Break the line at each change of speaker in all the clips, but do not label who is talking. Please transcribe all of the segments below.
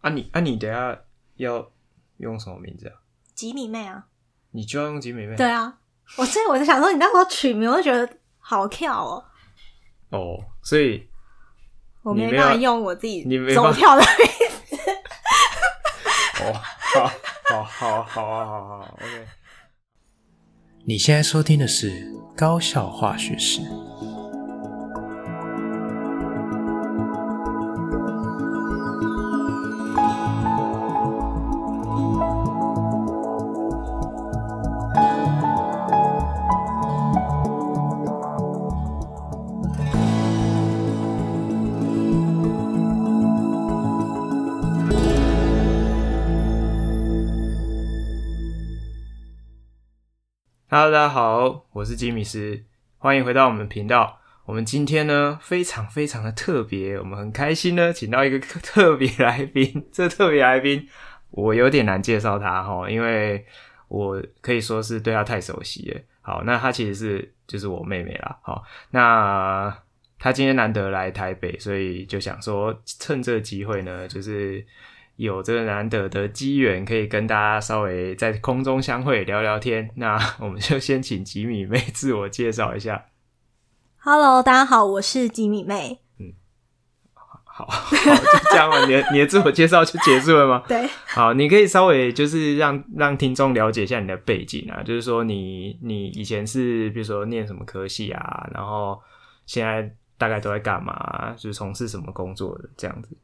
啊你啊你等一下要用什么名字啊？
吉米妹啊，
你就要用吉米妹
对啊，我所以我就想说，你那时候取名，我就觉得好跳哦，
哦，所以
我
你
没
没
办法
有
用我自己
你没
走
办法
跳的
哦，好，好，好，好啊，好好好，OK。
你现在收听的是《高校化学史》。
Hello，大家好，我是吉米斯，欢迎回到我们频道。我们今天呢非常非常的特别，我们很开心呢，请到一个特 别来宾。这特别来宾我有点难介绍他哈，因为我可以说是对他太熟悉了。好，那他其实是就是我妹妹啦。好，那他今天难得来台北，所以就想说趁这个机会呢，就是有这个难得的机缘，可以跟大家稍微在空中相会聊聊天。那我们就先请吉米妹自我介绍一下。
Hello，大家好，我是吉米妹。
好，好就这样吧。你的你的自我介绍就结束了吗？
对，
好，你可以稍微就是让让听众了解一下你的背景啊，就是说你你以前是比如说念什么科系啊，然后现在大概都在干嘛啊、就是从事什么工作的这样子。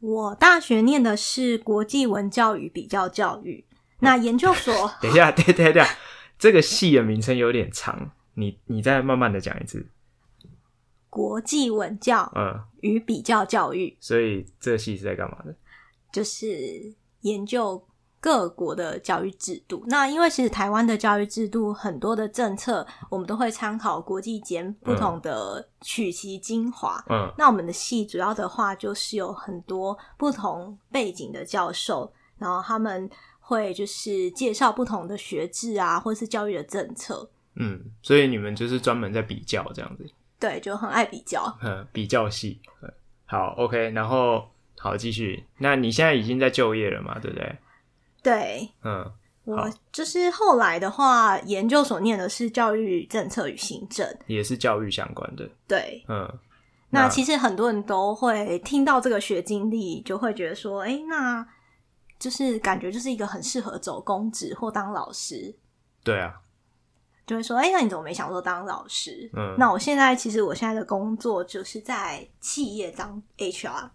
我大学念的是国际文教与比较教育，那研究所
等一下， 等一下等一下，这个系的名称有点长，你你再慢慢的讲一次。
国际文教
嗯，
与比较教育
所以这个系是在干嘛的？
就是研究各国的教育制度。那因为其实台湾的教育制度很多的政策，我们都会参考国际间不同的取其精华。
嗯
那我们的系主要的话，就是有很多不同背景的教授，然后他们会就是介绍不同的学制啊，或是教育的政策。
嗯，所以你们就是专门在比较这样子，
对，就很爱比较。
嗯，比较系。嗯好，OK，然后好继续。那你现在已经在就业了嘛？对不对？
对
嗯好
我就是后来的话，研究所念的是教育政策与行政。
也是教育相关的，
对，
嗯，
那
那
其实很多人都会听到这个学经历，就会觉得说，哎、那就是感觉就是一个很适合走公职或当老师。
对啊，
就会说：“哎、那你怎么没想说当老师？”
嗯
那我现在其实我现在的工作就是在企业当 HR，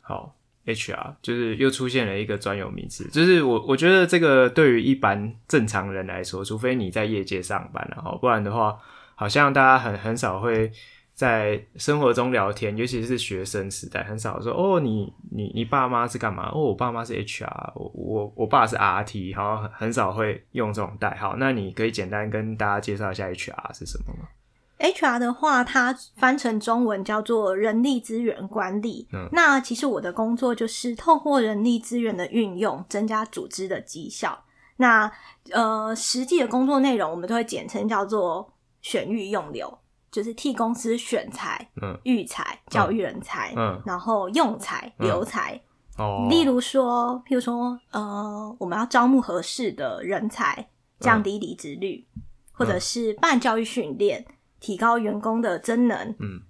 好，HR 就是又出现了一个专有名词，就是我我觉得这个对于一般正常人来说，除非你在业界上班、啊，然后不然的话，好像大家很很少会。在生活中聊天，尤其是学生时代，很少说哦，你你你爸妈是干嘛？哦，我爸妈是 HR，我我我爸是 RT，然后很很少会用这种代号。那你可以简单跟大家介绍一下 HR 是什么吗？
HR 的话，它翻成中文叫做人力资源管理。
嗯
那其实我的工作就是透过人力资源的运用，增加组织的绩效。那呃，实际的工作内容我们都会简称叫做选育用留，就是替公司选才、
嗯
育才、教育人才，
嗯
然后用才、
嗯
留才。
哦，
哎例如说，譬如说，呃，我们要招募合适的人才，
嗯
降低离职率，或者是办教育训练，提高员工的增能，
嗯，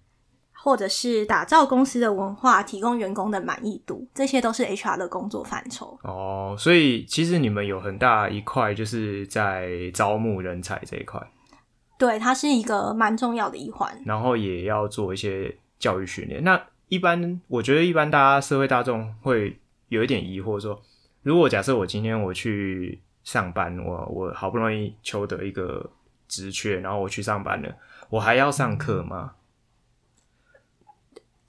或者是打造公司的文化，提供员工的满意度，这些都是 HR 的工作范畴。
哦，所以其实你们有很大一块就是在招募人才这一块，
对，它是一个蛮重要的一环。
然后也要做一些教育训练。那一般我觉得一般大家社会大众会有一点疑惑说，如果假设我今天我去上班，我我好不容易求得一个职缺，然后我去上班了，我还要上课吗？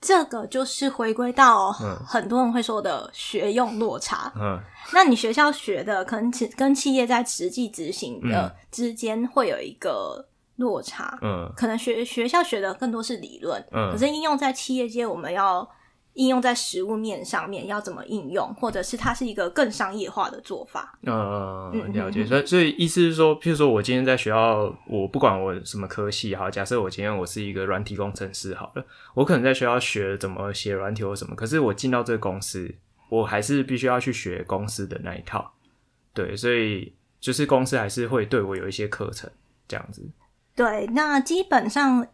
这个就是回归到
嗯
很多人会说的学用落差。
嗯
那你学校学的，可能其跟企业在实际执行的之间会有一个落差。
嗯
可能学学校学的更多是理论，
嗯
可是应用在企业界，我们要应用在实物面上面，要怎么应用，或者是它是一个更商业化的做法。
呃
嗯嗯，
了
嗯
解。所以，所以意思是说，譬如说我今天在学校，我不管我什么科系好，假设我今天我是一个软体工程师好了，我可能在学校学怎么写软体或什么，可是我进到这个公司，我还是必须要去学公司的那一套。对，所以就是公司还是会对我有一些课程这样子。
对，那基本上，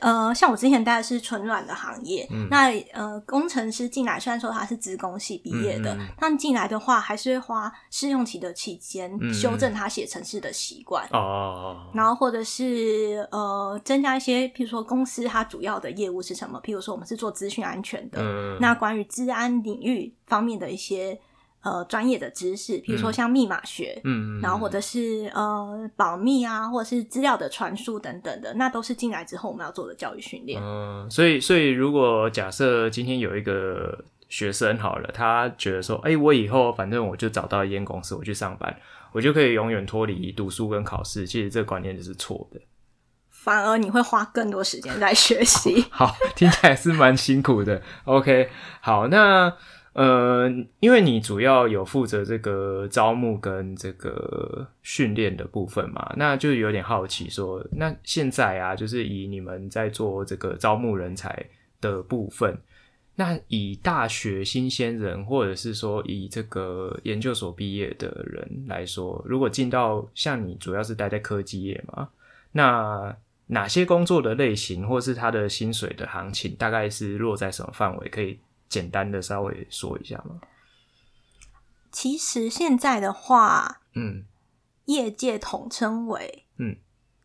呃，像我之前待的是纯软的行业，
嗯
那呃，工程师进来虽然说他是资工系毕业的，
嗯嗯嗯
但进来的话还是会花试用期的期间
嗯嗯
修正他写程式的习惯。
哦，
然后或者是呃增加一些，譬如说公司它主要的业务是什么？譬如说我们是做资讯安全的，
嗯，
那关于治安领域方面的一些呃专业的知识，譬如说
嗯
像密码学，
嗯，
然后或者是呃保密啊，或者是资料的传输等等的，那都是进来之后我们要做的教育训练。
嗯，所以所以如果假设今天有一个学生好了，他觉得说，哎、我以后反正我就找到一间公司，我去上班，我就可以永远脱离读书跟考试。其实这个观念就是错的。。
反而你会花更多时间在学习
好，听起来是蛮辛苦的。OK，好，那呃，因为你主要有负责这个招募跟这个训练的部分嘛，那就有点好奇说，那现在啊，就是以你们在做这个招募人才的部分。那以大学新鲜人，或者是说以这个研究所毕业的人来说，如果进到像你主要是待在科技业嘛，那哪些工作的类型，或是它的薪水的行情，大概是落在什么范围？可以简单的稍微说一下吗？
其实现在的话，
嗯
业界统称为
嗯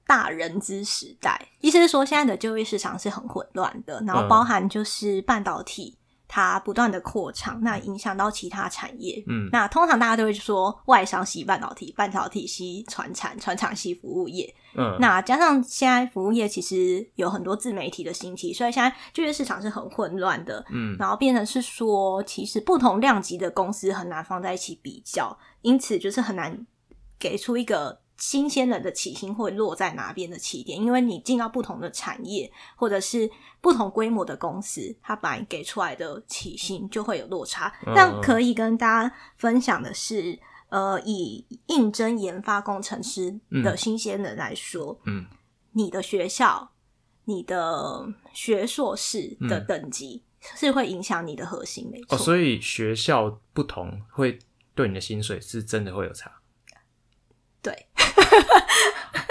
大人之时代，意思是说现在的就业市场是很混乱的，然
嗯
后包含就是半导体它不断的扩张，那影响到其他产业。
嗯
那通常大家都会说外商吸半导体，半导体吸传产，传产吸服务业。
嗯，
那加上现在服务业其实有很多自媒体的兴起，所以现在就业市场是很混乱的。
嗯
然后变成是说，其实不同量级的公司很难放在一起比较，因此就是很难给出一个新鲜人的起薪会落在哪边的起点，因为你进到不同的产业或者是不同规模的公司，它本来给出来的起薪就会有落差。
嗯
但可以跟大家分享的是。呃，以应征研发工程师的新鲜人来说，
嗯嗯
你的学校、你的学硕士的
嗯
等级、是会影响你的核心，没错。
哦，所以学校不同会对你的薪水是真的会有差。
对，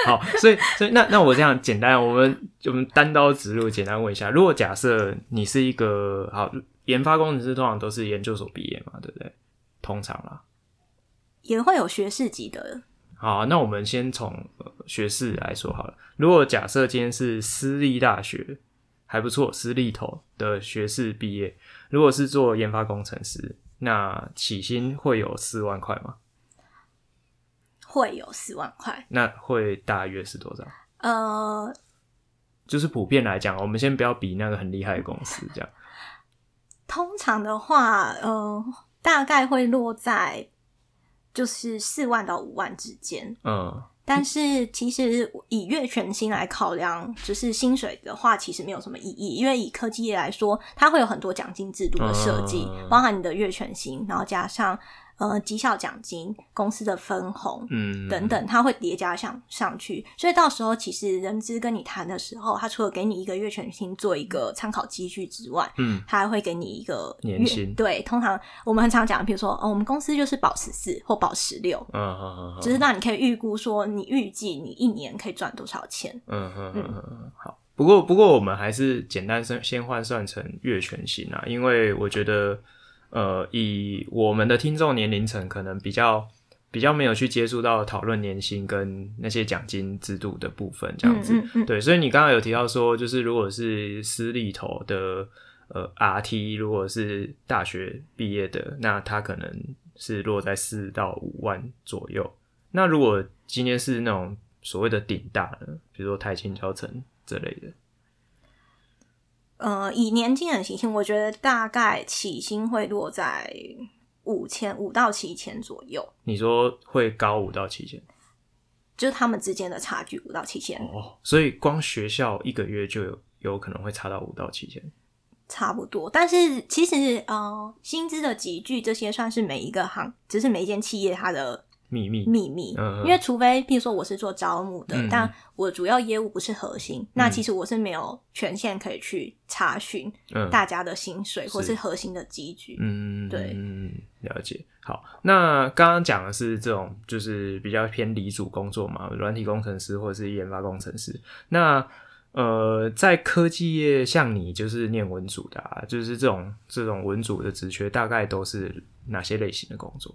好，所以所以那那我这样简单，我们我们单刀直入，简单问一下，如果假设你是一个好研发工程师，通常都是研究所毕业嘛，对不对？通常啦，
也会有学士级的，
好，那我们先从、呃学士来说好了。如果假设今天是私立大学，还不错，私立头的学士毕业，如果是做研发工程师，那起薪会有四万块吗？
会有四万块。
那会大约是多少？
呃，
就是普遍来讲，我们先不要比那个很厉害的公司，这样
通常的话，呃，大概会落在就是四万到五万之间。
嗯。
但是其实以月全薪来考量，就是薪水的话，其实没有什么意义，因为以科技业来说，它会有很多奖金制度的设计，
嗯
包含你的月全薪，然后加上呃绩效奖金、公司的分红，
嗯，
等等，它会叠加上上去，所以到时候其实人资跟你谈的时候，他除了给你一个月全薪做一个参考积蓄之外，
嗯，
他还会给你一个
年
月
薪
对，通常我们很常讲，比如说，哦，我们公司就是保十四或保十六，
嗯嗯嗯
只是让你可以预估说，你预计你一年可以赚多少钱。
嗯嗯嗯嗯嗯，好。不过不过我们还是简单先先换算成月全薪啊，因为我觉得呃，以我们的听众年龄层可能比较比较没有去接触到讨论年薪跟那些奖金制度的部分这样子。
嗯嗯嗯
对，所以你刚刚有提到说，就是如果是私立头的呃 RT，如果是大学毕业的，那他可能是落在四到五万左右。那如果今天是那种所谓的顶大呢，比如说台青教程之类的，
呃，以年轻人起薪，我觉得大概起薪会落在五千五到七千左右，
你说会高五到七千
就是他们之间的差距五到七千，
哦，所以光学校一个月就有有可能会差到五到七千。
差不多，但是其实呃，薪资的集聚这些算是每一个行，只是每一间企业它的
秘密，
秘密，
嗯嗯
因为除非譬如说我是做招募的，
嗯嗯
但我主要业务不是核心，那
嗯
其实我是没有权限可以去查询
嗯，
大家的薪水或
是
是核心的积聚。
嗯，
对
嗯，了解。好，那刚刚讲的是这种就是比较偏理主工作嘛，软体工程师或者是研发工程师。那呃，在科技业，像你就是念文组的、啊，就是这种这种文组的职缺，大概都是哪些类型的工作？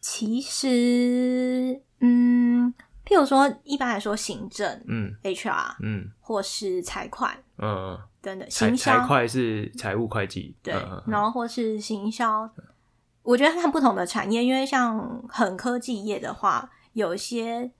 其实，嗯，譬如说一般来说，行政、
嗯
HR
嗯
或是财会
嗯，
等等，
财
行
财
销
会是财务会计，
对，
嗯嗯
然后或是行销，我觉得看不同的产业，因为像很科技业的话，有一些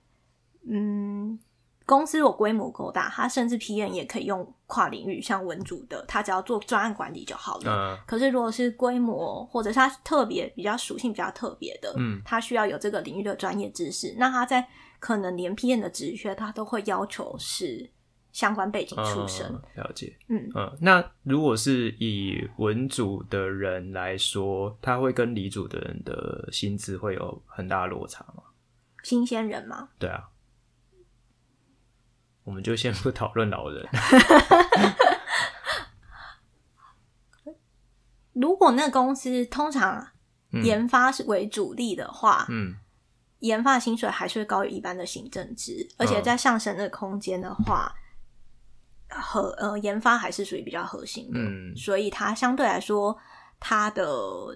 嗯公司如果规模够大，它甚至 PM 也可以用跨领域，像文组的，它只要做专案管理就好了。
嗯
可是如果是规模或者是它特别比较属性比较特别的，
嗯
它需要有这个领域的专业知识，那它在可能连 PM 的职缺，它都会要求是相关背景出身。
嗯，了解。
嗯，
嗯，那如果是以文组的人来说，他会跟理组的人的薪资会有很大的落差吗？
新鲜人嘛，
对啊，我们就先不讨论老人。
如果那个公司通常
嗯
研发是为主力的话，
嗯
研发的薪水还是会高于一般的行政职，而
嗯
且在上升的空间的话，核呃研发还是属于比较核心的，
嗯
所以它相对来说它的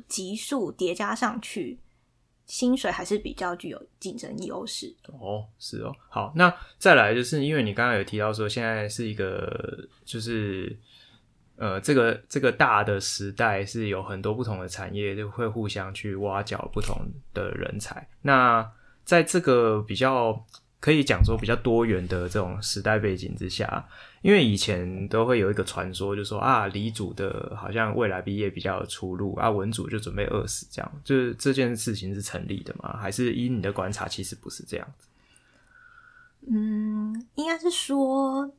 级数叠加上去，薪水还是比较具有竞争优势的。
哦，是哦，好，那再来就是因为你刚刚有提到说，现在是一个就是呃，这个这个大的时代是有很多不同的产业就会互相去挖角不同的人才。那在这个比较可以讲说比较多元的这种时代背景之下，因为以前都会有一个传说，就说啊，理组的好像未来毕业比较有出路啊，文组就准备饿死这样，就是这件事情是成立的吗？还是以你的观察，其实不是这样子？
嗯，应该是说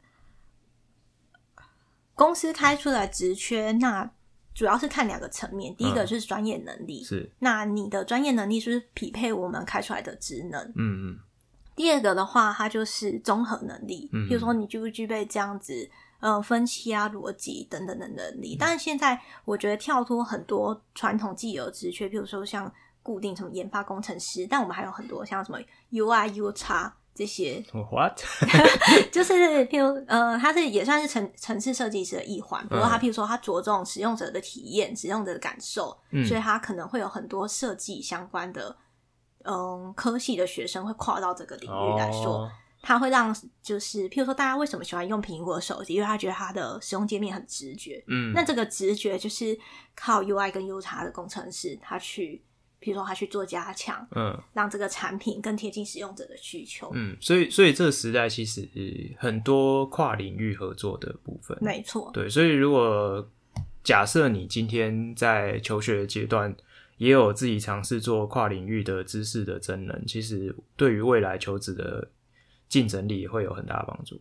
公司开出来职缺，那主要是看两个层面，第一个
嗯
是专业能力，
是，
那你的专业能力是不是匹配我们开出来的职能？
嗯嗯
第二个的话，它就是综合能力，
嗯
比如说你具不具备这样子呃分析啊、逻辑等等的能力。但是现在我觉得跳脱很多传统既有职缺，比如说像固定什么研发工程师，但我们还有很多像什么 UI、U 叉这些，
哦，what？
就是譬如呃，它是也算是城城市设计师的一环，不过它譬如说它着重使用者的体验、使用者的感受，
嗯
所以他可能会有很多设计相关的，嗯，科系的学生会跨到这个领域来说，
哦
他会让就是，譬如说大家为什么喜欢用苹果手机，因为他觉得它的使用界面很直觉。
嗯，
那这个直觉就是靠 UI 跟 U 叉的工程师，他去，譬如说他去做加强，
嗯
让这个产品更贴近使用者的需求。
嗯，所以所以这个时代其实很多跨领域合作的部分，
没错，
对，所以如果假设你今天在求学阶段也有自己尝试做跨领域的知识的真人，其实对于未来求职的竞争力也会有很大的帮助，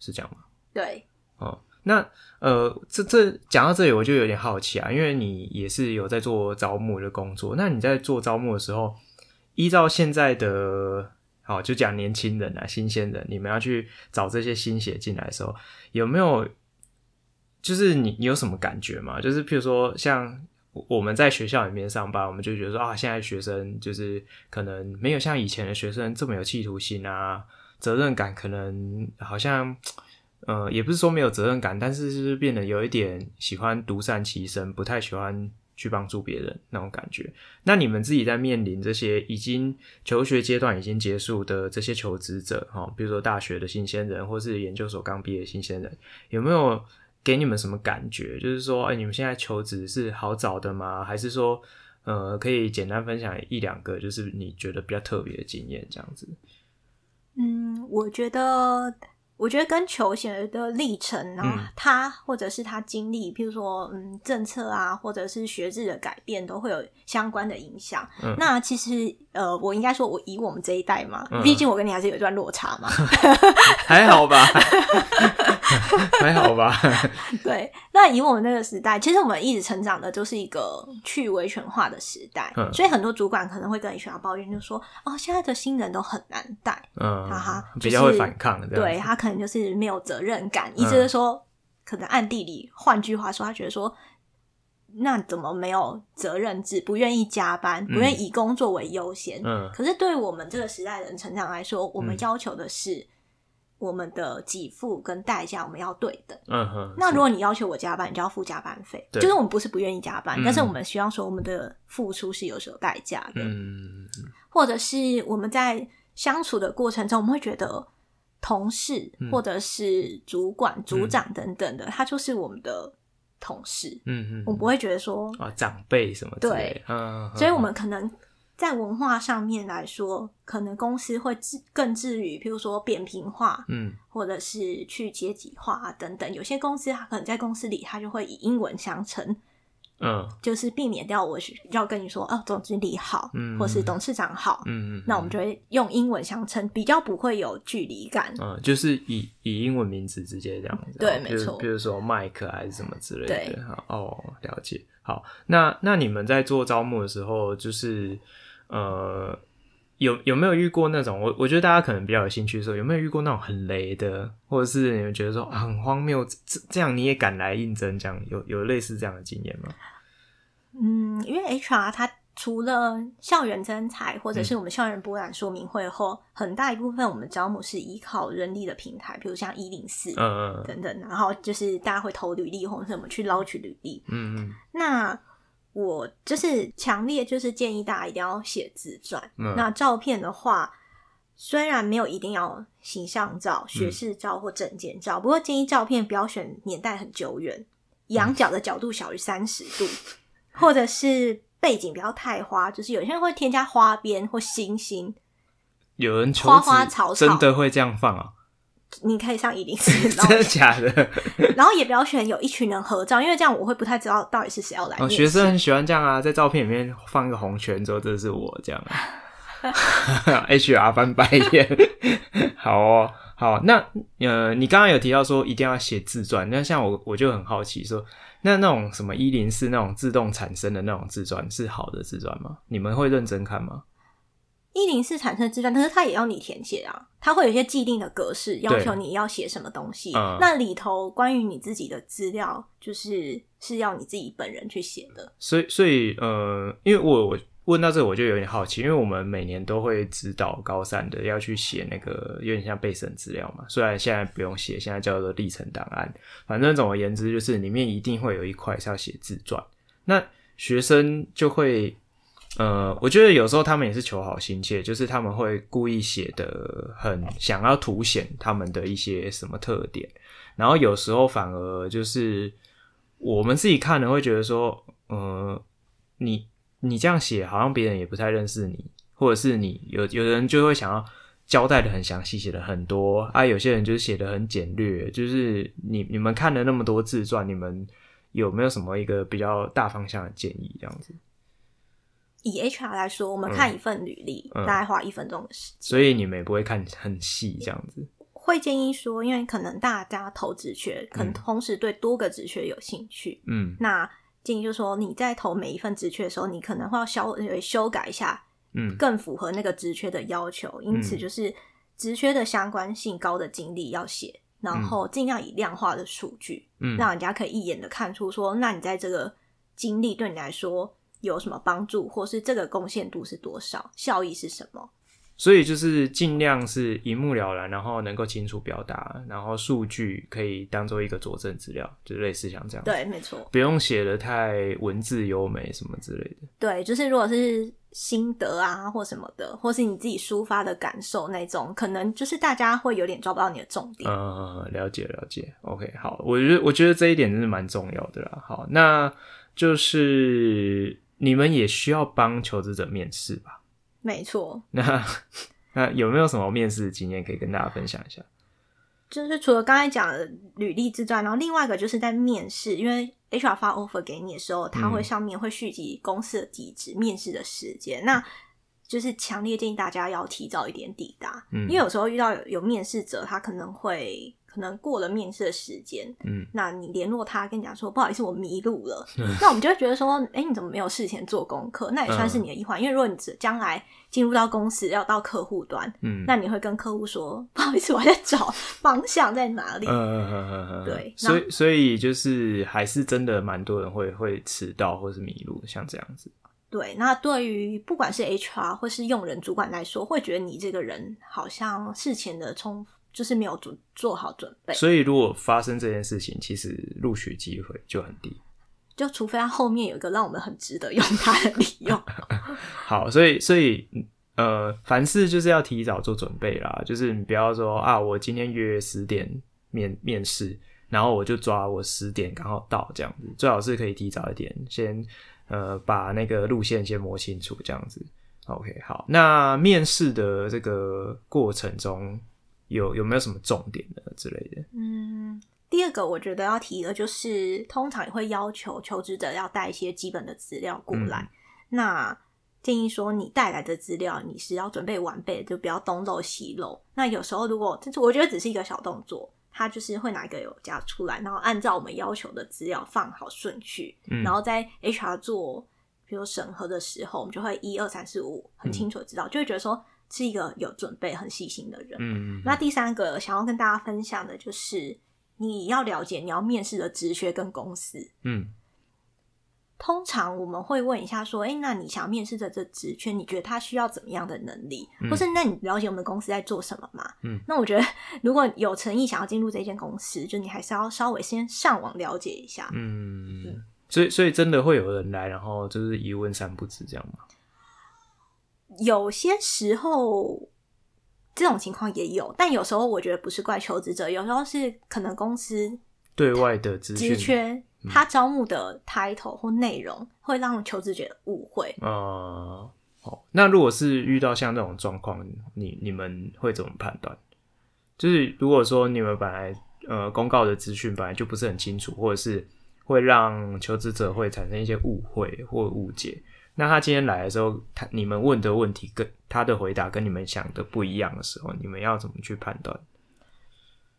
是这样吗？
对，
哦，那呃，这这讲到这里，我就有点好奇啊，因为你也是有在做招募的工作，那你在做招募的时候，依照现在的，好就讲年轻人啊、新鲜人，你们要去找这些新血进来的时候，有没有就是你你有什么感觉吗？就是譬如说像。我我们在学校里面上班，我们就觉得说啊，现在学生就是可能没有像以前的学生这么有企图心啊，责任感可能好像，呃，也不是说没有责任感，但是就是变得有一点喜欢独善其身，不太喜欢去帮助别人那种感觉。那你们自己在面临这些已经求学阶段已经结束的这些求职者，哈、比如说大学的新鲜人，或是研究所刚毕业的新鲜人，有没有给你们什么感觉？就是说，哎、你们现在求职是好找的吗？还是说，呃，可以简单分享一两个，就是你觉得比较特别的经验这样子？
嗯，我觉得我觉得跟求学的历程，然后
嗯
他或者是他经历，譬如说嗯政策啊，或者是学制的改变，都会有相关的影响。
嗯
那其实呃，我应该说，我以我们这一代嘛，
嗯
毕竟我跟你还是有一段落 差嘛。
还好 吧，还好吧，
对，那以我们那个时代，其实我们一直成长的就是一个去维权化的时代，
嗯
所以很多主管可能会跟你学长抱怨，就说哦，现在的新人都很难带，
嗯
哈哈，
比
就
较会
是
反抗，这样
对
子，嗯
他可能就是没有责任感，意思就是说，可能暗地里，换句话说，他觉得说，那怎么没有责任制，不愿意加班，不愿意以工作为优先？
嗯
可是对我们这个时代人成长来说，我们
嗯
要求的是。我们的给付跟代价我们要对等。
嗯哼，
那
是
如果你要求我加班，你就要付加班费。
对
就是我们不是不愿意加班，
嗯
但是我们希望说我们的付出是有所代价的。
嗯
或者是我们在相处的过程中，我们会觉得同事
嗯
或者是主管、组长等等的，他就是我们的同事，
嗯嗯，
我不会觉得说，
啊长辈什么之
对
类的，嗯，嗯
所以我们可能在文化上面来说，可能公司会至更至于，譬如说扁平化，
嗯
或者是去阶级化啊等等。有些公司它可能在公司里，它就会以英文相称，
嗯
就是避免掉我需要跟你说，哦，总经理好，
嗯
或是董事长好，
嗯，嗯
那我们就会用英文相称，比较不会有距离感。
嗯，就是以以英文名字直接这样子，
对
哦
没
就是
错
比如说麦克还是什么之类的
对。
好哦，了解。好，那那你们在做招募的时候，就是呃，有有没有遇过那种？我我觉得大家可能比较有兴趣的时候，有没有遇过那种很雷的，或者是你们觉得说啊很荒谬，这这样你也敢来应征？这样有有类似这样的经验吗？
嗯，因为 HR 它除了校园征才或者是我们校园博览说明会后，很大一部分我们招募是依靠人力的平台，比如像一零四
嗯嗯
等等，然后就是大家会投履历或者是我们去捞取履历。
嗯嗯
那我就是强烈就是建议大家一定要写自传。
嗯
那照片的话，虽然没有一定要形象照、
嗯
学士照或证件照，不过建议照片不要选年代很久
嗯
远，仰角的角度小于三十度，或者是背景不要太花，就是有些人会添加花边或星星。
有人求
花花
职
草草
真的会这样放啊？
你可以上一 零四，然后
真的假的？
然后也不要选有一群人合照，因为这样我会不太知道到底是谁要来
哦，
面试。
学生很喜欢这样啊，在照片里面放一个红圈之后，这是我这样、啊、，HR 翻白眼。 好哦，好，那呃，你刚刚有提到说一定要写自传，那像我我就很好奇说，那那种什么一零四那种自动产生的那种自传是好的自传吗？你们会认真看吗？
一零四产生自传，但是它也要你填写啊，它会有一些既定的格式，要求你要写什么东西。
嗯
那里头关于你自己的资料，就是是要你自己本人去写的。
所以所以呃，因为我我。问到这我就有点好奇，因为我们每年都会指导高三的要去写那个有点像备审资料嘛，虽然现在不用写，现在叫做历程档案。反正总而言之，就是里面一定会有一块是要写自传。那学生就会，呃，我觉得有时候他们也是求好心切，就是他们会故意写的很想要凸显他们的一些什么特点，然后有时候反而就是我们自己看了会觉得说，呃，你你这样写好像别人也不太认识你，或者是你有有人就会想要交代的很详细，写的很多啊，有些人就是写的很简略，就是你你们看了那么多自传，你们有没有什么一个比较大方向的建议？这样子，
以 HR 来说，我们看一份履历，
嗯
大概花一分钟的时间。
所以你们也不会看很细这样子，
会建议说，因为可能大家投职缺，可
嗯
能同时对多个职缺有兴趣，
嗯
那建议就是说，你在投每一份职缺的时候，你可能会要稍微修改一下
嗯
更符合那个职缺的要求，因此
嗯
就是职缺的相关性高的经历要写，然后尽量以量化的数据，
嗯
让人家可以一眼的看出说，那你在这个经历对你来说有什么帮助，或是这个贡献度是多少，效益是什么。
所以就是尽量是一目了然，然后能够清楚表达，然后数据可以当做一个佐证资料，就类似像这样，，
对，没错，
不用写的太文字优美什么之类的，
对，就是如果是心得啊或什么的，或是你自己抒发的感受那种，可能就是大家会有点抓不到你的重点。
嗯，了解了解。OK，好，我觉得我觉得这一点真是蛮重要的啦。好，那就是你们也需要帮求职者面试吧？
没错，
那那有没有什么面试的经验可以跟大家分享一下？
就是除了刚才讲的履历自传，然后另外一个就是在面试，因为 HR 发 offer 给你的时候，它会上面会续集公司的地址、面试的时间，那就是强烈建议大家要提早一点抵达，
嗯
因为有时候遇到有有面试者，他可能会可能过了面试的时间，
嗯，
那你联络他跟你讲说不好意思，我迷路了，那我们就会觉得说，哎、你怎么没有事前做功课？那也算是你的一环，因为如果你只将来进入到公司要到客户端，
嗯，
那你会跟客户说：“不好意思，我还在找方向在哪里。
嗯嗯嗯嗯嗯，
对
所以所以就是还是真的蛮多人会会迟到或是迷路，像这样子，
对，那对于不管是 HR 或是用人主管来说，会觉得你这个人好像事前的充就是没有做做好准备，
所以如果发生这件事情，其实录取机会就很低。
就除非他后面有一个让我们很值得用他的理由。
好，所以所以呃，凡事就是要提早做准备啦，就是你不要说啊，我今天约十点面面试，然后我就抓我十点刚好到这样子，最好是可以提早一点，先呃把那个路线先摸清楚这样子。OK，好，那面试的这个过程中有有没有什么重点的之类的？
嗯，第二个我觉得要提的就是，通常也会要求求职者要带一些基本的资料过来。那建议说，你带来的资料你是要准备完备的，就不要东漏西漏。那有时候如果，这是我觉得只是一个小动作，他就是会拿一个有夹出来，然后按照我们要求的资料放好顺序，
嗯
然后在 HR 做比如审核的时候，我们就会一二三四五很清楚地知道，就会觉得说是一个有准备、很细心的人。
嗯，
那第三个想要跟大家分享的就是，你要了解你要面试的职缺跟公司。
嗯
通常我们会问一下说，哎、那你想要面试的这职缺，你觉得他需要怎么样的能力，
嗯
或是那你了解我们公司在做什么吗？
嗯，
那我觉得如果有诚意想要进入这间公司，就你还是要稍微先上网了解一下。
嗯，所以所以真的会有人来，然后就是一问三不知这样吗？
有些时候这种情况也有，但有时候我觉得不是怪求职者，有时候是可能公司
对外的嗯资讯
职缺，他招募的 title 或内容会让求职者误会。
呃，好，那如果是遇到像这种状况，你你们会怎么判断？就是如果说你们本来呃公告的资讯本来就不是很清楚，或者是会让求职者会产生一些误会或误解，那他今天来的时候，他你们问的问题跟他的回答跟你们想的不一样的时候，你们要怎么去判断？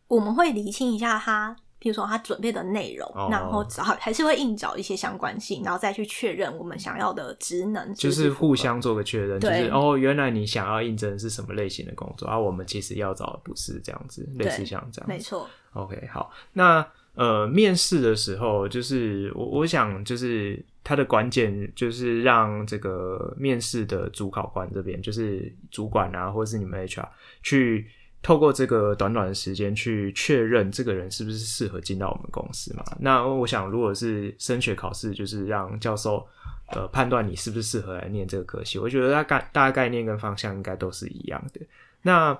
我们会厘清一下他，比如说他准备的内容，
哦
然后找还是会硬找一些相关性，然后再去确认我们想要的职能
就是是
不是符合
互。相做个确认，就是
对
哦，原来你想要应征是什么类型的工作啊？我们其实要找的不是这样子，类似
对
像这样子
没错，
OK，好，那呃，面试的时候，就是我我想，就是它的关键就是让这个面试的主考官这边，就是主管啊，或者是你们 HR 去透过这个短短的时间去确认这个人是不是适合进到我们公司嘛。那我想，如果是升学考试，就是让教授。呃，判断你是不是适合来念这个科系，我觉得大概大概念跟方向应该都是一样的。那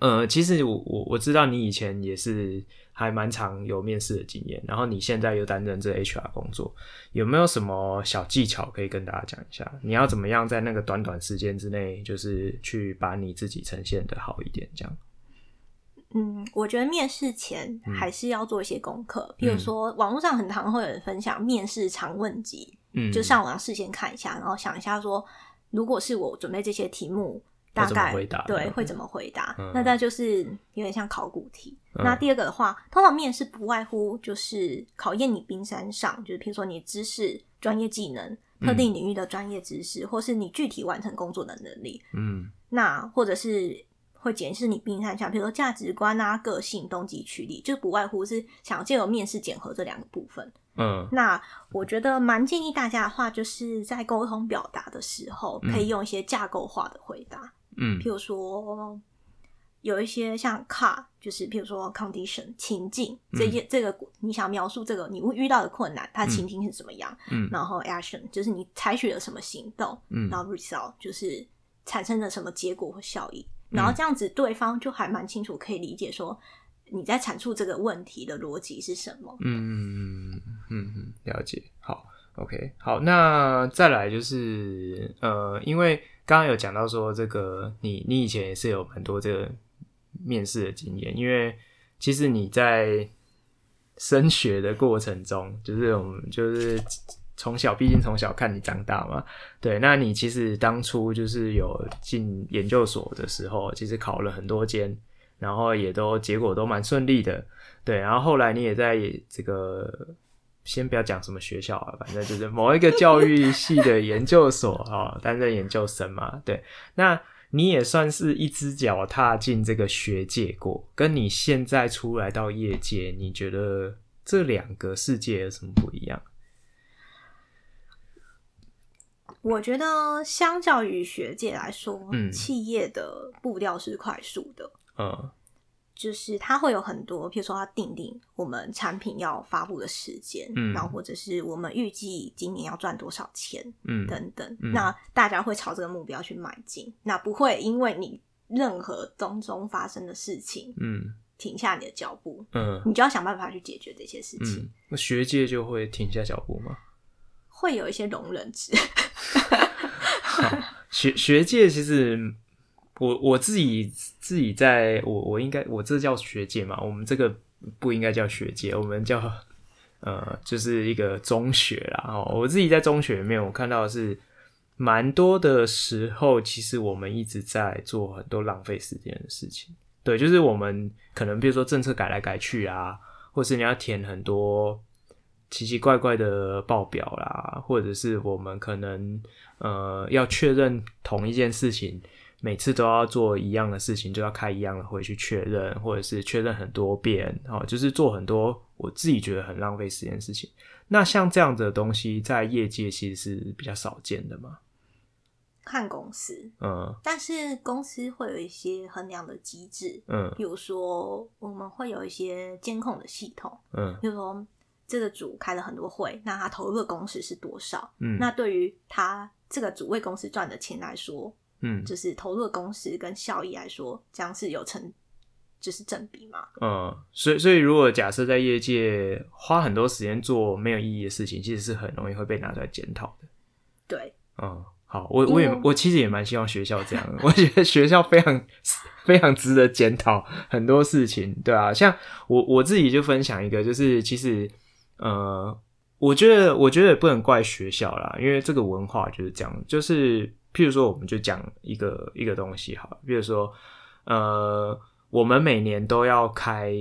呃，其实我我我知道你以前也是还蛮常有面试的经验，然后你现在又担任这 HR 工作，有没有什么小技巧可以跟大家讲一下？你要怎么样在那个短短时间之内，就是去把你自己呈现的好一点，这样？
嗯，我觉得面试前
嗯
还是要做一些功课，比如
嗯
说网络上很常会有人分享面试常问集，
嗯，
就上网事先看一下，然后想一下说，如果是我准备这些题目，
要
大
怎么
概
回答
对
嗯
会怎么回答？
嗯
那再就是有点像考古题。
嗯
那第二个的话，通常面试不外乎就是考验你冰山上，就是譬如说你知识、专业技能、特
嗯
定领域的专业知识，或是你具体完成工作的能力。
嗯
那或者是会检视你冰山下，比如说价值观啊、个性、动机、驱力，就不外乎是想借由面试检核这两个部分。
嗯
那我觉得蛮建议大家的话，就是在沟通表达的时候，
嗯
可以用一些架构化的回答，
嗯
譬如说有一些像 car，就是譬如说 condition 情境，这
嗯
些、这个你想描述这个你遇到的困难，它情境是怎么样，
嗯
然后 action 就是你采取了什么行动，
嗯
然后 result 就是产生了什么结果或效益，然
嗯
后这样子对方就还蛮清楚可以理解说你在阐述这个问题的逻辑是什么。
嗯嗯嗯，了解。好，OK，好，那再来就是呃，因为刚刚有讲到说这个，你你以前也是有很多这个面试的经验，因为其实你在升学的过程中，就是我们就是从小，毕竟从小看你长大嘛，对，那你其实当初就是有进研究所的时候，其实考了很多间，然后也都结果都蛮顺利的，对，然后后来你也在这个。先不要讲什么学校啊，反正就是某一个教育系的研究所啊， 担任研究生嘛。对，那你也算是一只脚踏进这个学界过，跟你现在出来到业界，你觉得这两个世界有什么不一样？
我觉得相较于学界来说，
嗯
企业的步调是快速的，
嗯
就是它会有很多，譬如说它定定我们产品要发布的时间，
嗯
然后或者是我们预计今年要赚多少钱
嗯
等等，
嗯
那大家会朝这个目标去迈进，那不会因为你任何当中发生的事情
嗯
停下你的脚步，
嗯
你就要想办法去解决这些事情，
嗯，那学界就会停下脚步吗？
会有一些容忍值。
学学界其实我我自己自己在我我应该我这叫学界嘛，我们这个不应该叫学界，我们叫呃就是一个中学啦。哦，我自己在中学里面，我看到的是蛮多的时候，其实我们一直在做很多浪费时间的事情。对，就是我们可能比如说政策改来改去啊，或是你要填很多奇奇怪怪的报表啦，或者是我们可能呃要确认同一件事情，每次都要做一样的事情，就要开一样的会去确认，或者是确认很多遍，哦，就是做很多我自己觉得很浪费时间的事情。那像这样子的东西，在业界其实是比较少见的嘛，
看公司，
嗯
但是公司会有一些衡量的机制，
嗯
比如说我们会有一些监控的系统，
嗯
比如说这个组开了很多会，那他投入的工时是多少？
嗯，
那对于他这个组为公司赚的钱来说，
嗯
就是投入的工时跟效益来说，这样是有成，就是正比嘛？
嗯，所以所以如果假设在业界花很多时间做没有意义的事情，其实是很容易会被拿出来检讨的。
对，
嗯，好，我我也
因为
我其实也蛮希望学校这样 的，我觉得学校非常 非常值得检讨很多事情，对啊，像我我自己就分享一个，就是其实呃，我觉得我觉得也不能怪学校啦，因为这个文化就是这样，就是譬如说，我们就讲一个一个东西好了，比如说呃，我们每年都要开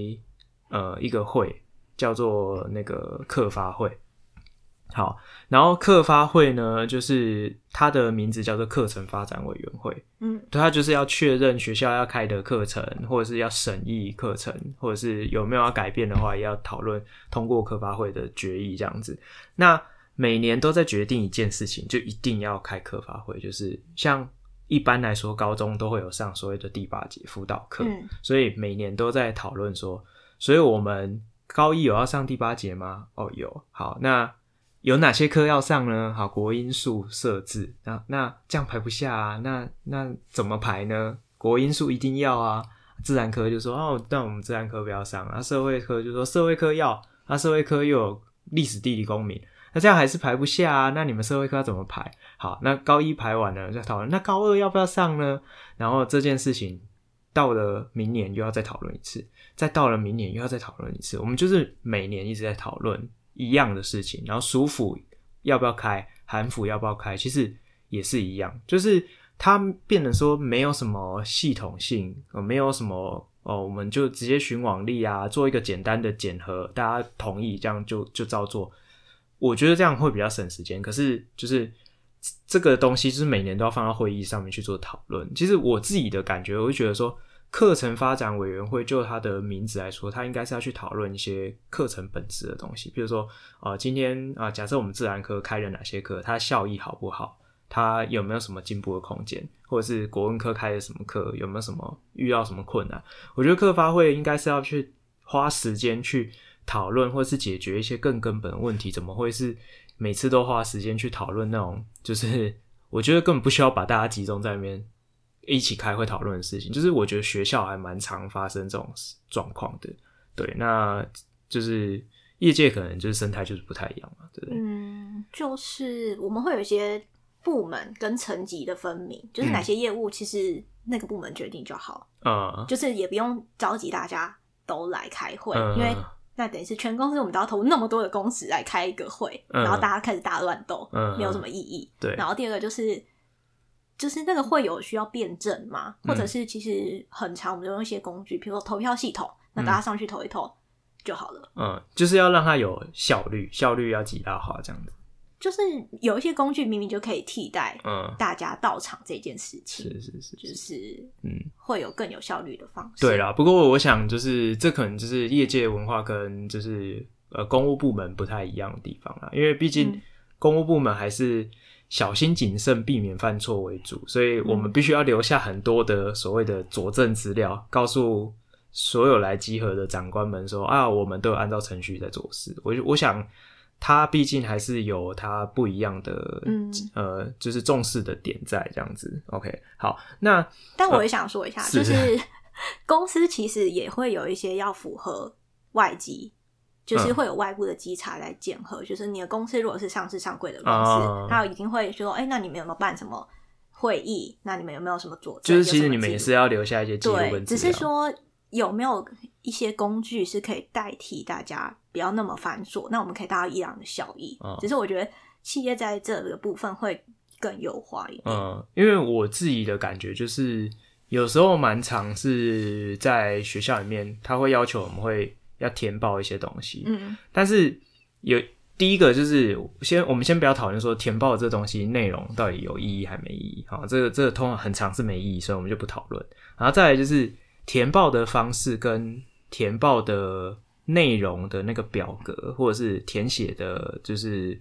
呃一个会，叫做那个课发会。好，然后课发会呢，就是它的名字叫做课程发展委员会，
嗯，
它就是要确认学校要开的课程，或者是要审议课程，或者是有没有要改变的话，也要讨论通过课发会的决议这样子。那每年都在决定一件事情，就一定要开课发会，就是像一般来说，高中都会有上所谓的第八节辅导课，
嗯
所以每年都在讨论说，所以我们高一有要上第八节吗？哦，有。好，那有哪些课要上呢？好，国音数设置，那那这样排不下啊，那那怎么排呢？国音数一定要啊，自然科就说哦，那我们自然科不要上，啊，社会科就说社会科要，啊，社会科又有历史、地理、公民，那这样还是排不下啊，那你们社会科要怎么排？好，那高一排完了再讨论，那高二要不要上呢？然后这件事情到了明年又要再讨论一次，再到了明年又要再讨论一次，我们就是每年一直在讨论一样的事情，然后暑辅要不要开，韩服要不要开，其实也是一样，就是它变得说没有什么系统性，呃、没有什么哦，我们就直接寻往例啊，做一个简单的检核，大家同意这样就就照做。我觉得这样会比较省时间，可是就是这这个东西就是每年都要放到会议上面去做讨论。其实我自己的感觉，我就觉得说，课程发展委员会就它的名字来说，它应该是要去讨论一些课程本质的东西，比如说啊、呃今天啊、假设我们自然科开了哪些课，它效益好不好？它有没有什么进步的空间，或者是国文科开的什么课，有没有什么遇到什么困难？我觉得课发会应该是要去花时间去讨论，或是解决一些更根本的问题。怎么会是每次都花时间去讨论那种？就是我觉得根本不需要把大家集中在那边一起开会讨论的事情。就是我觉得学校还蛮常发生这种状况的。对，那就是业界可能就是生态就是不太一样嘛，对不对？
嗯，就是我们会有一些部门跟层级的分明，就是哪些业务其实那个部门决定就好，
嗯
就是也不用召集大家都来开会，
嗯
因为那等于是全公司我们都要投入那么多的工时来开一个会，
嗯
然后大家开始大乱斗，
嗯
没有什么意义。
对
然后第二个就是。就是那个会有需要辩证吗？
嗯
或者是其实很长，我们就用一些工具，比如说投票系统，那大家上去投一投就好了。
嗯，就是要让它有效率，效率要极大化这样子。
就是有一些工具明明就可以替代
嗯，
大家到场这件事情，
是是是，
就是
嗯，
会有更有效率的方式。
对啦。不过我想就是这可能就是业界文化跟就是呃公务部门不太一样的地方啦，因为毕竟
嗯
公务部门还是。小心谨慎，避免犯错为主，所以我
嗯
们必须要留下很多的所谓的佐证资料，告诉所有来集合的长官们说啊，我们都有按照程序在做事。我就我想，他毕竟还是有他不一样的，
嗯
呃，就是重视的点在这样子。OK，好，那
但我也想说一下，
嗯是
就是 公司其实也会有一些要符合外籍，就是
嗯
会有外部的稽查来检核。就是你的公司如果是上市上柜的公
哦
司，它一定会说，哎、那你们有没有办什么会议？那你们有没有什么佐证？
就是其
有
实
什么
你们也
记
是要留下一些记
录
录跟
对，
资
只
料，
是说有没有一些工具是可以代替大家不要那么繁琐？那我们可以达到一样的效益。
哦
只是我觉得企业在这个部分会更优化一点。
嗯，因为我自己的感觉就是，有时候蛮常是在学校里面，他会要求我们会要填报一些东西，
嗯
但是有第一个就是先，我们先不要讨论说填报这东西内容到底有意义还没意义，好，这个这个通常很长是没意义，所以我们就不讨论。然后再来就是填报的方式跟填报的内容的那个表格，或者是填写的，就是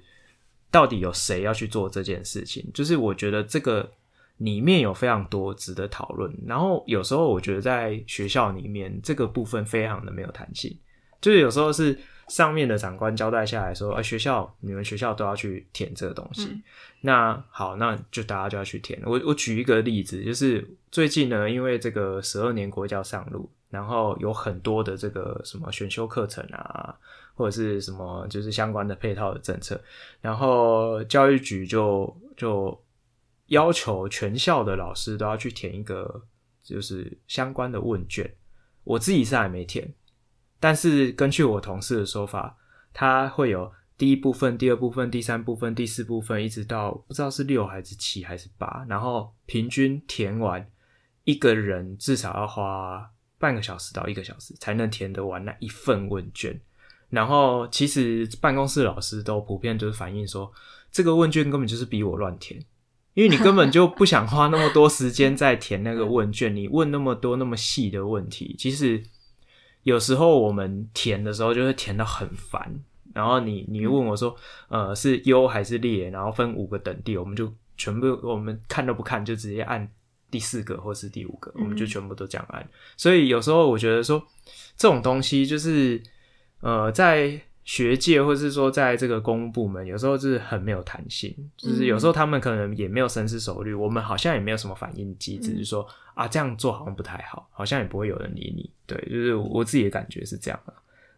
到底有谁要去做这件事情，就是我觉得这个。里面有非常多值得讨论，然后有时候我觉得在学校里面这个部分非常的没有弹性，就是有时候是上面的长官交代下来说，啊，学校你们学校都要去填这个东西。
嗯
那好，那就大家就要去填。我我举一个例子，就是最近呢，因为这个十二年国教上路，然后有很多的这个什么选修课程啊，或者是什么就是相关的配套的政策，然后教育局就就要求全校的老师都要去填一个就是相关的问卷。我自己是还没填，但是根据我同事的说法，它会有第一部分、第二部分、第三部分、第四部分，一直到不知道是六还是七还是八，然后平均填完，一个人至少要花半个小时到一个小时才能填得完那一份问卷。然后其实办公室老师都普遍就是反映说，这个问卷根本就是逼我乱填。因为你根本就不想花那么多时间在填那个问卷，你问那么多那么细的问题，其实有时候我们填的时候就会填到很烦。然后你你问我说，呃，是优还是劣，然后分五个等地，我们就全部我们看都不看，就直接按第四个或是第五个，我们就
嗯
全部都这样按。所以有时候我觉得说，这种东西就是呃，在学界或是说在这个公务部门，有时候就是很没有弹性，就是有时
嗯
候他们可能也没有深思熟虑，我们好像也没有什么反应机制，
嗯
就是说啊这样做好像不太好，好像也不会有人理你。对，就是我自己的感觉是这样啊，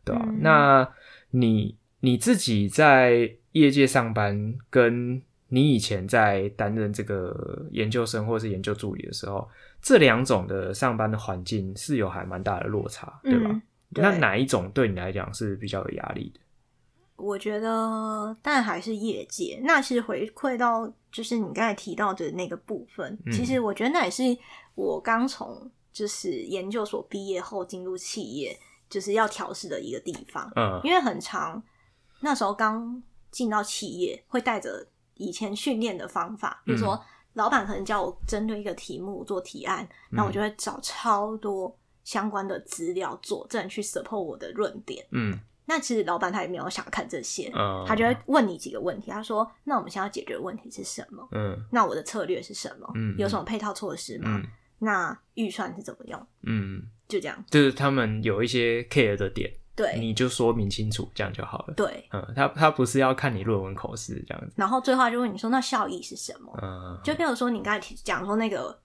对吧、
嗯
那你你自己在业界上班，跟你以前在担任这个研究生或是研究助理的时候，这两种的上班的环境是有还蛮大的落差，对吧？
嗯对
那哪一种对你来讲是比较有压力的？
我觉得，但还是业界，那是回馈到就是你刚才提到的那个部分。
嗯
其实我觉得那也是我刚从就是研究所毕业后进入企业，就是要调试的一个地方，
嗯
因为很长那时候刚进到企业，会带着以前训练的方法，比如说老板可能叫我针对一个题目做提案，那我就会找超多相关的资料佐证去 support 我的论点。
嗯
那其实老板他也没有想看这些，
嗯，
他就会问你几个问题。他说：“那我们现在要解决的问题是什么？
嗯
那我的策略是什么？
嗯
有什么配套措施吗？
嗯
那预算是怎么用？
嗯，
就这样。
就是他们有一些 care 的点，
对
你就说明清楚，这样就好了。
对。
嗯，他他不是要看你论文口试这样子，
然后最后他就问你说：那效益是什么？
嗯，
就比如说你刚才提讲说那个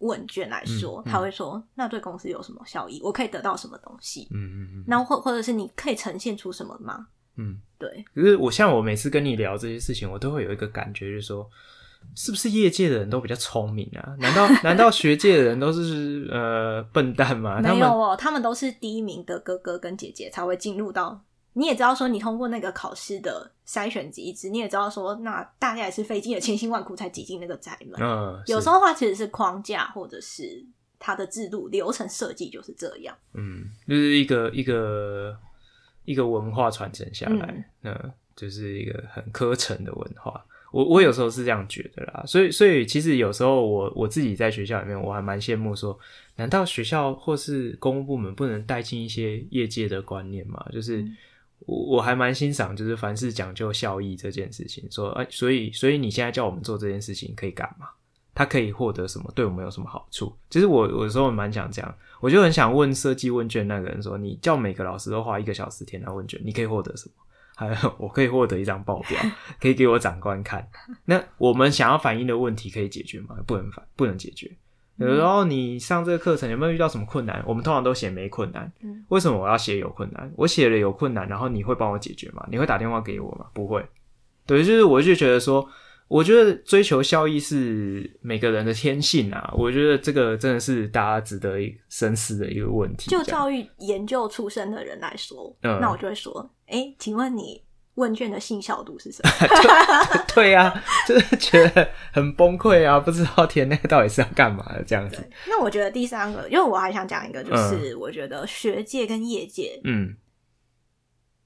问卷来说，
嗯嗯
他会说：那对公司有什么效益？我可以得到什么东西？
嗯嗯嗯
那或或者是你可以呈现出什么吗？
嗯。
对，
可是我像我每次跟你聊这些事情，我都会有一个感觉，就是说，是不是业界的人都比较聪明啊？难道难道学界的人都是呃笨蛋吗？他
没
们
有哦，他们都是第一名的哥哥跟姐姐才会进入到。你也知道说，你通过那个考试的筛选机制，你也知道说，那大家也是费尽了千辛万苦才挤进那个宅门。
嗯，
有
是
时候的话，其实是框架或者是它的制度流程设计就是这样。
嗯，就是一个一个一个文化传承下来，嗯、就是一个很科层的文化。我我有时候是这样觉得啦，所以所以其实有时候我我自己在学校里面，我还蛮羡慕说，难道学校或是公务部门不能带进一些业界的观念吗？就是。
嗯
我我还蛮欣赏，就是凡事讲究效益这件事情。说，哎、所以所以你现在叫我们做这件事情，可以干嘛？它可以获得什么？对我们有什么好处？其实我我有时候蛮想这样，我就很想问设计问卷那个人说：“你叫每个老师都花一个小时填那问卷，你可以获得什么？”还有，我可以获得一张报表，可以给我长官看。那我们想要反映的问题可以解决吗？不能反，不能解决。有时候你上这个课程有没有遇到什么困难？我们通常都写没困难，
嗯
为什么我要写有困难？我写了有困难，然后你会帮我解决吗？你会打电话给我吗？不会。对，就是我就觉得说，我觉得追求效益是每个人的天性啊。我觉得这个真的是大家值得深思的一个问题。
就
这样
教育研究出身的人来说，
嗯
那我就会说，哎、请问你问卷的信效度是什 么？
对啊， 就是觉得很崩溃啊，不知道填那个到底是要干嘛的这样子。
那我觉得第三个，因为我还想讲一个，就是、我觉得学界跟业界
嗯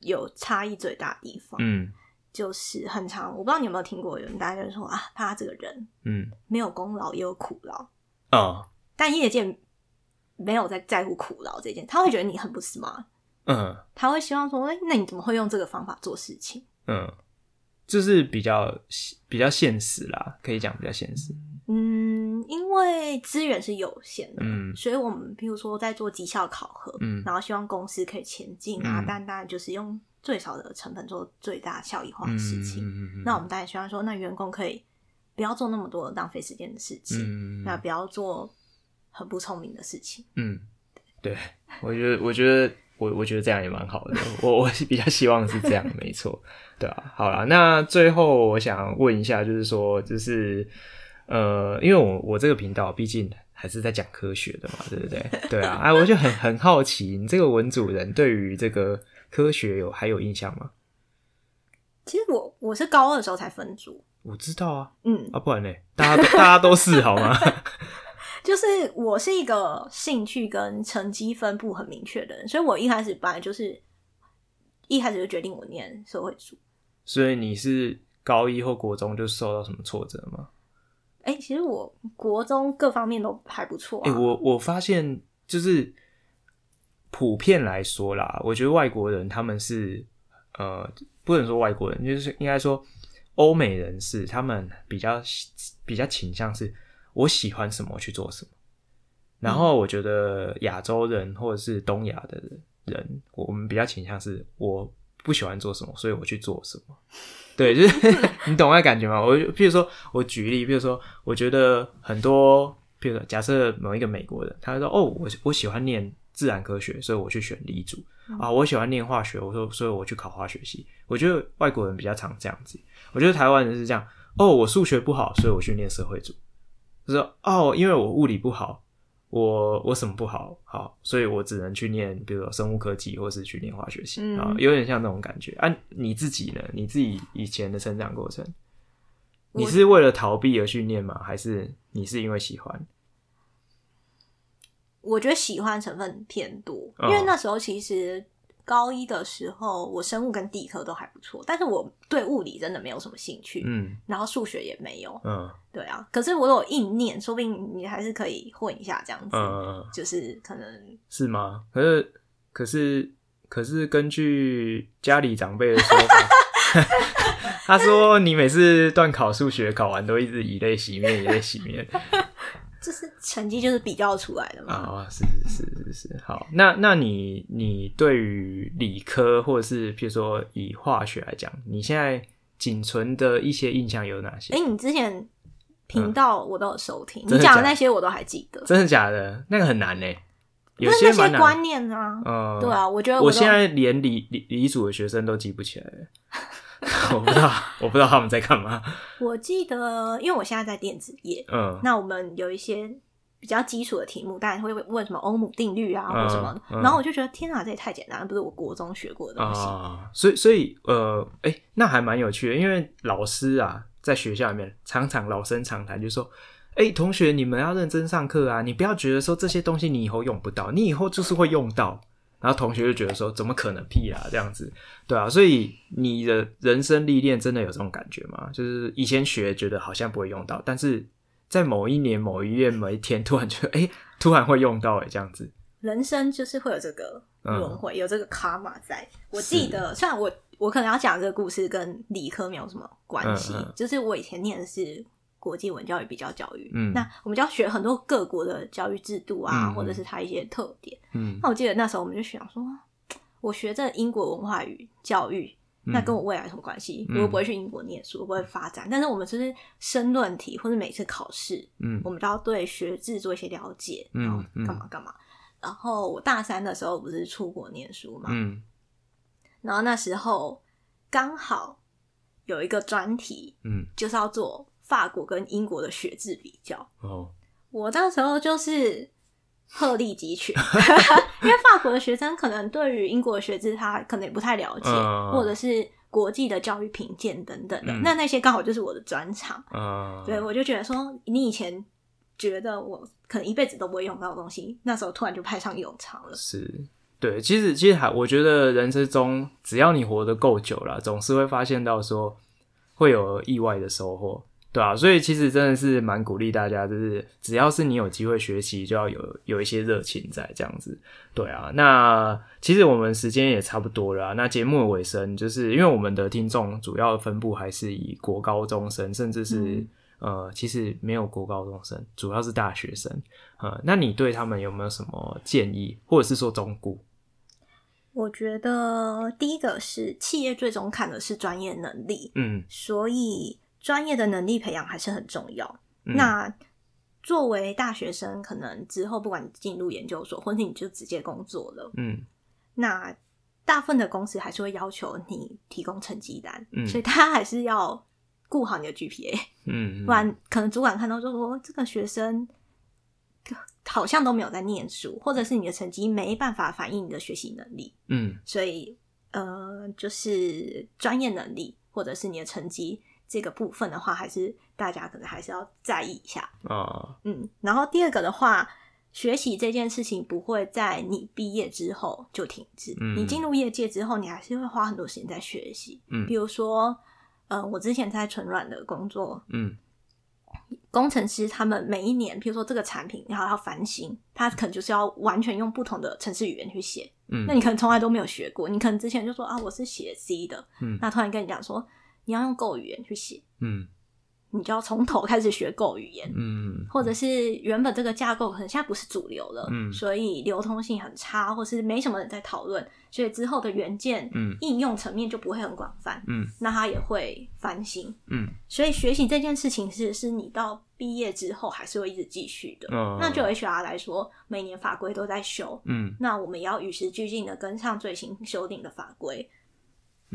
有差异最大的地方，
嗯
就是很常，我不知道你有没有听过有人大家就说啊，他这个人
嗯
没有功劳也有苦劳，
哦
但业界没有在在乎苦劳这件，他会觉得你很不 smart，
嗯
他会希望说，哎、那你怎么会用这个方法做事情？
嗯，就是比较比较现实啦，可以讲比较现实。
嗯，因为资源是有限的，
嗯
所以我们譬如说在做绩效考核，
嗯
然后希望公司可以前进啊，
嗯
但当然就是用最少的成本做最大效益化的
嗯
事情。
嗯
那我们当然希望说，那员工可以不要做那么多浪费时间的事情，
嗯
那不要做很不聪明的事情。
嗯，对，我觉得，我觉得，我我觉得这样也蛮好的。我我是比较希望是这样，没错，对啊。好啦，那最后我想问一下，就是说，就是呃，因为我我这个频道毕竟还是在讲科学的嘛，对不对？对啊，哎、我就很很好奇，你这个文主人对于这个科学有还有印象吗？
其实我我是高二的时候才分组，
我知道啊，
嗯，
啊，不然呢？大家都大家都是好吗？
就是我是一个兴趣跟成绩分布很明确的人，所以我一开始本来就是一开始就决定我念社会组。
所以你是高一或国中就受到什么挫折吗？
哎、其实我国中各方面都还不错、啊。
哎、我我发现就是普遍来说啦，我觉得外国人他们是呃，不能说外国人，就是应该说欧美人士，他们比较比较倾向是我喜欢什么我去做什么。然后我觉得亚洲人或者是东亚的人，我们比较倾向是我不喜欢做什么，所以我去做什么。对，就是 你懂那感觉吗？我就譬如说，我举例，譬如说，我觉得很多，譬如说，假设某一个美国人，他说：“哦，我我喜欢念自然科学，所以我去选理组啊。我喜欢念化学，我说，所以我去考化学系。”我觉得外国人比较常这样子，我觉得台湾人是这样：哦，我数学不好，所以我去念社会组。就是哦，因为我物理不好，我我什么不好，好，所以我只能去念，比如说生物科技，或是去念化学系
嗯
啊、有点像那种感觉。啊，你自己呢？你自己以前的成长过程，
我
你是为了逃避而去念吗？还是你是因为喜欢？
我觉得喜欢成分偏多，
嗯
因为那时候其实高一的时候，我生物跟地科都还不错，但是我对物理真的没有什么兴趣，
嗯
然后数学也没有，
嗯
对啊。可是我有硬念，说不定你还是可以混一下这样子，
嗯，
就是可能
是吗？可是可是可是根据家里长辈的说法。 他说：“你每次段考数学考完都一直以泪洗面，以泪洗面。
就是成绩就是比较出来的嘛。
啊、是是是是是，好，那那你你对于理科或者是譬如说以化学来讲，你现在仅存的一些印象有哪些？
哎、你之前频道我都有收听，
嗯真
你
的
讲的
假的
那些我都还记得，
真的假的？那个很难呢，欸有
但是那
蛮
些
难。
观念啊，
嗯，
对啊，我觉得
我
都
现在连理理理组的学生都记不起来了。 我不知道，我不知道他们在干嘛。
我记得，因为我现在在电子业，
嗯，
那我们有一些比较基础的题目，当然会问什么欧姆定律啊，
嗯
或什么的。
嗯
然后我就觉得，天啊，这也太简单了，不是我国中学过的东西。
啊，所以所以呃，哎、那还蛮有趣的，因为老师啊，在学校里面常常老生常谈，就说。哎、同学，你们要认真上课啊！你不要觉得说这些东西你以后用不到，你以后就是会用到。然后同学就觉得说，怎么可能屁啦、这样子，对啊。所以你的人生历练真的有这种感觉吗？就是以前学觉得好像不会用到，但是在某一年、某一月、某一天，突然觉得哎、诶突然会用到哎、诶这样子。嗯
人生就是会有这个轮回，有这个卡玛在。我记得，虽然我我可能要讲这个故事跟理科没有什么关系，
嗯嗯
就是我以前念的是国际文教与比较教育，
嗯
那我们就要学很多各国的教育制度啊，
嗯嗯
或者是它一些特点。
嗯，
那我记得那时候我们就想说，我学这英国文化与教育，那跟我未来有什么关系？
嗯
我又不会去英国念书，我不会发展。但是我们就是申论题或者每次考试，
嗯
我们都要对学制做一些了解，
嗯
然后干嘛干嘛。然后我大三的时候不是出国念书嘛，
嗯
然后那时候刚好有一个专题
嗯
就是要做法国跟英国的学制比较，
哦
我那时候就是鹤立 鸡群，因为法国的学生可能对于英国的学制他可能也不太了解，
嗯
或者是国际的教育评鉴等等的。
嗯
那那些刚好就是我的专长，
啊，
对我就觉得说，你以前觉得我可能一辈子都不会用到的东西，那时候突然就派上用场了。
是，对，其实其实还我觉得人生中，只要你活得够久了，总是会发现到说会有意外的收获，对啊，所以其实真的是蛮鼓励大家，就是只要是你有机会学习，就要有有一些热情在这样子，对啊。那其实我们时间也差不多了啊、那节目的尾声，就是因为我们的听众主要分布还是以国高中生，甚至是、
嗯
呃，其实没有国高中生，主要是大学生。呃，那你对他们有没有什么建议，或者是说忠告？
我觉得第一个是企业最终看的是专业能力，
嗯，
所以专业的能力培养还是很重要。
嗯
那作为大学生，可能之后不管你进入研究所，或是你就直接工作了，
嗯
那大部分的公司还是会要求你提供成绩单，
嗯
所以他还是要顾好你的 GPA，、
嗯，
不然可能主管看到就说哦这个学生好像都没有在念书，或者是你的成绩没办法反映你的学习能力，
嗯
所以呃，就是专业能力或者是你的成绩这个部分的话，还是大家可能还是要在意一下。
啊
嗯，然后第二个的话，学习这件事情不会在你毕业之后就停止。
嗯
你进入业界之后，你还是会花很多时间在学习。
嗯
比如说，呃，我之前在纯软的工作，
嗯
工程师他们每一年，比如说这个产品，然后要翻新，他可能就是要完全用不同的程式语言去写。
嗯，
那你可能从来都没有学过，你可能之前就说啊，我是写 C 的，
嗯
那突然跟你讲说你要用 Go 语言去写，
嗯
你就要从头开始学 Go 语言。
嗯
或者是原本这个架构可能现在不是主流了，
嗯
所以流通性很差，或是没什么人在讨论，所以之后的元件、
嗯
应用层面就不会很广泛，
嗯
那它也会翻新。
嗯
所以学习这件事情是是你到毕业之后还是会一直继续的。
哦
那就 HR 来说，每年法规都在修，
嗯
那我们也要与时俱进的跟上最新修订的法规。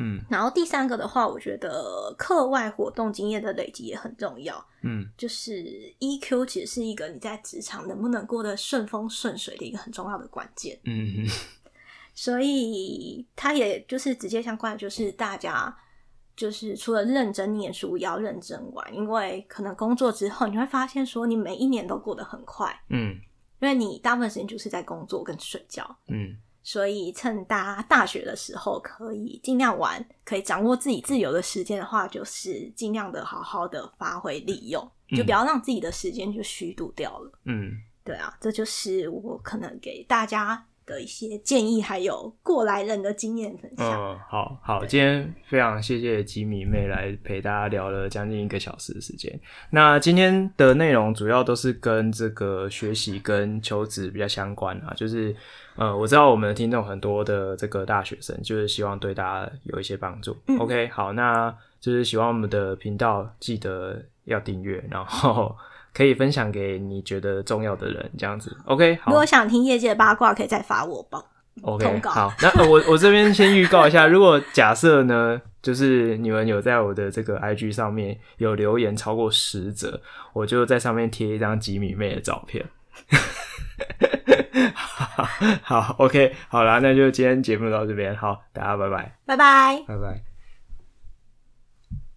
嗯
然后第三个的话，我觉得课外活动经验的累积也很重要。
嗯
就是 EQ 其实是一个你在职场能不能过得顺风顺水的一个很重要的关键，
嗯
所以它也就是直接相关的，就是大家就是除了认真念书，也要认真玩，因为可能工作之后你会发现说你每一年都过得很快，
嗯
因为你大部分时间就是在工作跟睡觉，
嗯
所以趁大家大学的时候可以尽量玩，可以掌握自己自由的时间的话，就是尽量的好好的发挥利用，
嗯
就不要让自己的时间就虚度掉了。
嗯，
对啊，这就是我可能给大家的一些建议，还有过来人的经验分享。
嗯，好好，今天非常谢谢吉米妹来陪大家聊了将近一个小时的时间。那今天的内容主要都是跟这个学习跟求职比较相关啊，就是呃，我知道我们的听众很多的这个大学生，就是希望对大家有一些帮助。
嗯
OK，好，那就是喜欢我们的频道，记得要订阅，然后可以分享给你觉得重要的人，这样子。OK，好
如，果想听业界八卦，可以再发我吧。
OK，
通告
好，那、呃我我这边先预告一下，如果假设呢，就是你们有在我的这个 IG 上面有留言超过十则，我就在上面贴一张吉米妹的照片。好好，OK，好啦，那就今天节目到这边，好，大家拜拜，
拜拜。
拜拜。